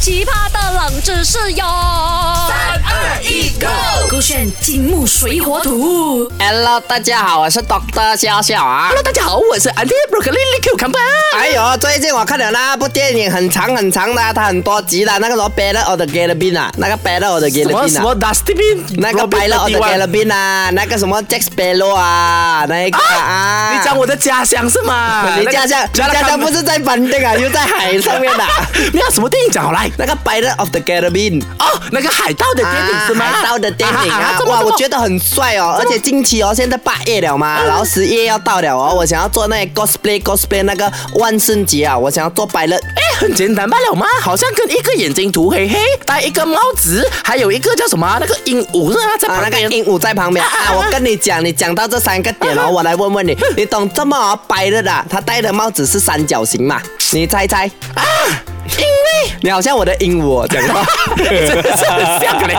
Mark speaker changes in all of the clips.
Speaker 1: 奇葩的冷知识哟！三
Speaker 2: 二一，Go！
Speaker 1: 勾选金木水火土。
Speaker 3: Hello，大家好，我是 Doctor 小小啊。
Speaker 2: Hello，大家好，我是 Andy Broccoli Cucumber。
Speaker 3: 哎呦，最近我看了那部电影，很长很长的，啊它很多集的，那个什么《Battle of the Galabin》啊，那个《Battle of the
Speaker 2: 什么
Speaker 3: Galabin
Speaker 2: 什》
Speaker 3: 啊
Speaker 2: 么，Dustbin？
Speaker 3: 那个《
Speaker 2: 白
Speaker 3: Battle of the Galabin》啊，那个什么 Jack Sparrow 啊，那一个啊，
Speaker 2: 你讲我的家乡是吗？
Speaker 3: 你家乡，
Speaker 2: 那
Speaker 3: 家
Speaker 2: 个
Speaker 3: 乡不？是在本地啊，又在海上面的。
Speaker 2: 你要什么电影讲好来？
Speaker 3: 那个《Battle of the Galabin》。
Speaker 2: 哦，那个海盗的电影是吗？
Speaker 3: 海盗啊的电影啊，
Speaker 2: 这么
Speaker 3: 哇，
Speaker 2: 这么嗯
Speaker 3: 我觉得很帅哦，而且近期哦，现在八月了嘛，然后十月要到了哦，我想要做那个 cosplay cosplay 那个万圣节啊，我想要做白人。
Speaker 2: 哎，很简单罢了嘛，好像跟一个眼睛涂黑黑，戴一个帽子，还有一个叫什么啊那个鹦鹉是吗？在
Speaker 3: 啊，
Speaker 2: 旁
Speaker 3: 那个
Speaker 2: 边。
Speaker 3: 鹦鹉在旁边啊
Speaker 2: 啊啊啊
Speaker 3: 我跟你讲，你讲到这三个点哦， 我来问问你，你懂这么哦白人啊，他戴的帽子是三角形嘛？你猜猜？
Speaker 2: 啊，因为。
Speaker 3: 你好像我的鹦鹉、哦、讲 话。
Speaker 2: 真的是很像嘞！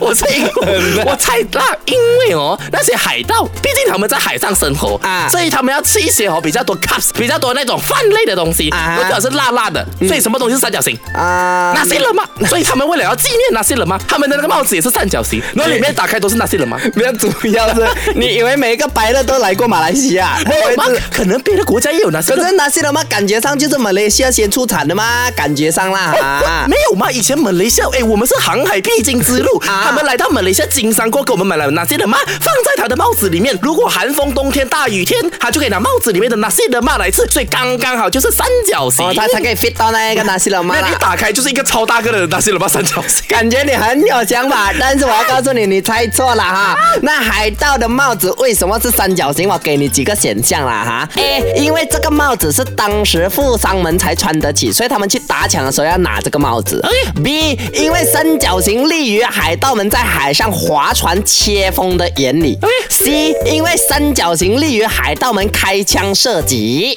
Speaker 2: 我是因为我猜那因为哦，那些海盗，毕竟他们在海上生活
Speaker 3: 啊
Speaker 2: 所以他们要吃一些哦比较多 cups，比较多那种饭类的东西，
Speaker 3: 啊
Speaker 2: 或者是辣辣的，所以什么东西是三角形？
Speaker 3: 啊，
Speaker 2: 那些 人嘛，所以他们为了要纪念那些人嘛，他们的那个帽子也是三角形，然后里面打开都是那些人 嘛。
Speaker 3: 比较主要是，你以为每一个白人都来过马来西亚？
Speaker 2: 没有
Speaker 3: 我
Speaker 2: 吗
Speaker 3: 一直？
Speaker 2: 可能别的国家也有那些
Speaker 3: 可
Speaker 2: 人
Speaker 3: 是。那些的嘛，感觉上就是马来西亚先出产的嘛，感觉上啦哈
Speaker 2: 没。有嘛？以前马来西亚，哎，我们是航海必经之路，
Speaker 3: 啊
Speaker 2: 他们来到马来西亚经商过，给我们买了哪些的嘛？放在他的帽子里面，如果寒风、冬天、大雨天，他就可以拿帽子里面的哪些的嘛来吃，所以刚刚好就是三角形。
Speaker 3: 哦，他才可以 fit 到那一个纳西老妈
Speaker 2: 那一
Speaker 3: 啦。
Speaker 2: 打开就是一个超大个的哪些的嘛三角 形。
Speaker 3: 感觉你很有想法，但是我要告诉你，你猜错了哈。那海盗的帽子为什么是三角形？我给你几个选项啦哈。A，因为这个帽子是当时富商们才穿得起，所以他们去打抢的时候要拿这个帽子。
Speaker 2: 哎
Speaker 3: B，因为三角形利于海盗们在海上划船切风的原理。C，因为三角形利于海盗们开枪射击。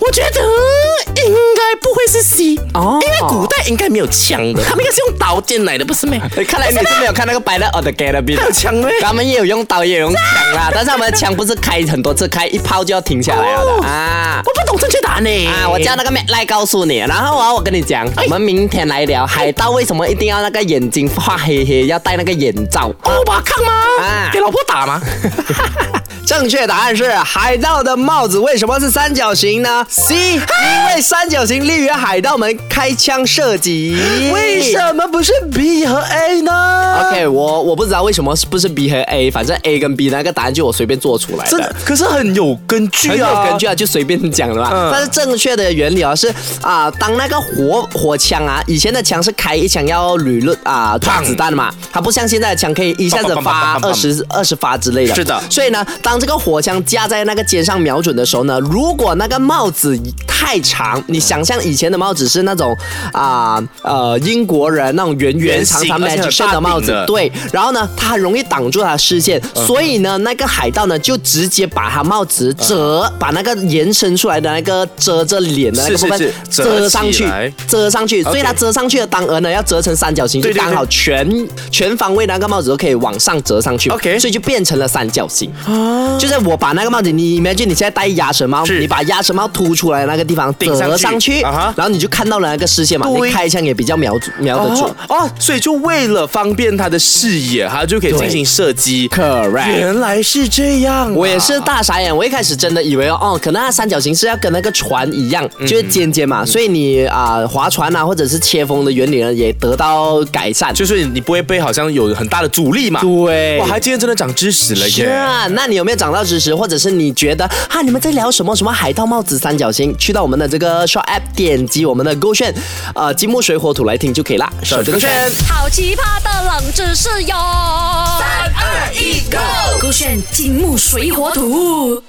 Speaker 2: 我觉得应该不会是 C
Speaker 3: 哦
Speaker 2: 因为古代应该没有枪的，他们应该是用刀剑来的，不是咩？
Speaker 3: 哎看来你是没有看那个《白的 or the g a 啊 l a b i
Speaker 2: 还有枪 咩？
Speaker 3: 他们也有用刀，也有用枪啦，但是他们的枪不是开很多次，开一炮就要停下来了
Speaker 2: 哦
Speaker 3: 的啊。
Speaker 2: 我不懂正确答案呢。
Speaker 3: 啊！我叫那个 Matt 来告诉你，然后啊，我跟你讲，我们明天来聊海盗为什么一定要那个眼睛画黑黑，要戴那个眼罩。
Speaker 2: 欧巴康吗
Speaker 3: 啊？
Speaker 2: 给老婆打吗？
Speaker 3: 正确答案是海盗的帽子为什么是三角形呢？C，因为三角形利于海盗们开枪射击。
Speaker 2: 么不是 B 和 A 呢
Speaker 3: ？OK，我我不知道为什么是不是 B 和 A，反正 A 跟 B 那个答案就我随便做出来
Speaker 2: 真
Speaker 3: 的
Speaker 2: 的。，可是很有根据
Speaker 3: 很有
Speaker 2: 啊，
Speaker 3: 根据啊，就随便讲了嘛。
Speaker 2: 嗯
Speaker 3: 但是正确的原理啊是啊、当那个火火枪啊，以前的枪是开一枪要捋论啊打
Speaker 2: 砰
Speaker 3: 子弹的嘛，它不像现在的枪可以一下子发
Speaker 2: 砰砰砰砰砰
Speaker 3: 二
Speaker 2: 砰
Speaker 3: 十二十发之类的。
Speaker 2: 是的
Speaker 3: 所以呢，当这个火枪架在那个尖上瞄准的时候呢，如果那个帽子太长，你想象以前的帽子是那种啊呃英国人那种圆圆
Speaker 2: 圆
Speaker 3: 长
Speaker 2: 形
Speaker 3: 长
Speaker 2: 而且很
Speaker 3: magician 的帽子
Speaker 2: 大顶的，嗯
Speaker 3: 对，然后呢，它很容易挡住他的视线，所以呢，那个海盗呢就直接把他帽子折，把那个延伸出来的那个遮着脸的那个部
Speaker 2: 嗯是
Speaker 3: 分
Speaker 2: 是是
Speaker 3: 遮
Speaker 2: 折
Speaker 3: 上
Speaker 2: 起
Speaker 3: 去
Speaker 2: 来，
Speaker 3: 遮上去，所以
Speaker 2: OK
Speaker 3: 它遮上去的当额呢要折成三角形，就
Speaker 2: 对对对
Speaker 3: 刚好全全方位那个帽子都可以往上折上去
Speaker 2: OK 啊
Speaker 3: 所以就变成了三角形。就是我把那个帽子，你 imagine 你现在戴鸭舌帽，
Speaker 2: 是
Speaker 3: 你把鸭舌帽凸出来的那个地方
Speaker 2: 顶上去
Speaker 3: 折上去，
Speaker 2: 啊哈
Speaker 3: 然后你就看到了那个视线嘛，
Speaker 2: 对
Speaker 3: 你开枪也比较瞄准瞄得准
Speaker 2: 哦。哦，所以就为了方便他的视野，他就可以进行射击。
Speaker 3: Correct
Speaker 2: 原来是这样啊、
Speaker 3: 我也是大傻眼，我一开始真的以为哦，哦可能它三角形是要跟那个船一样，
Speaker 2: 嗯
Speaker 3: 就是尖尖嘛，所以你啊、划船啊，或者是切风的原理呢，也得到改善。
Speaker 2: 就是你不会被好像有很大的阻力嘛。
Speaker 3: 对
Speaker 2: 哇，还今天真的长知识了
Speaker 3: 是
Speaker 2: 耶！
Speaker 3: 啊，那你有没有长到知识，或者是你觉得啊，你们在聊什么什么海盗帽子三角形？去到我们的这个 s h o p App 点击我们的勾选，呃，金木水火土来听就可以啦。
Speaker 2: 手这个圈
Speaker 1: 好奇葩的冷知识哟！三二一，Go！勾选金木水火土。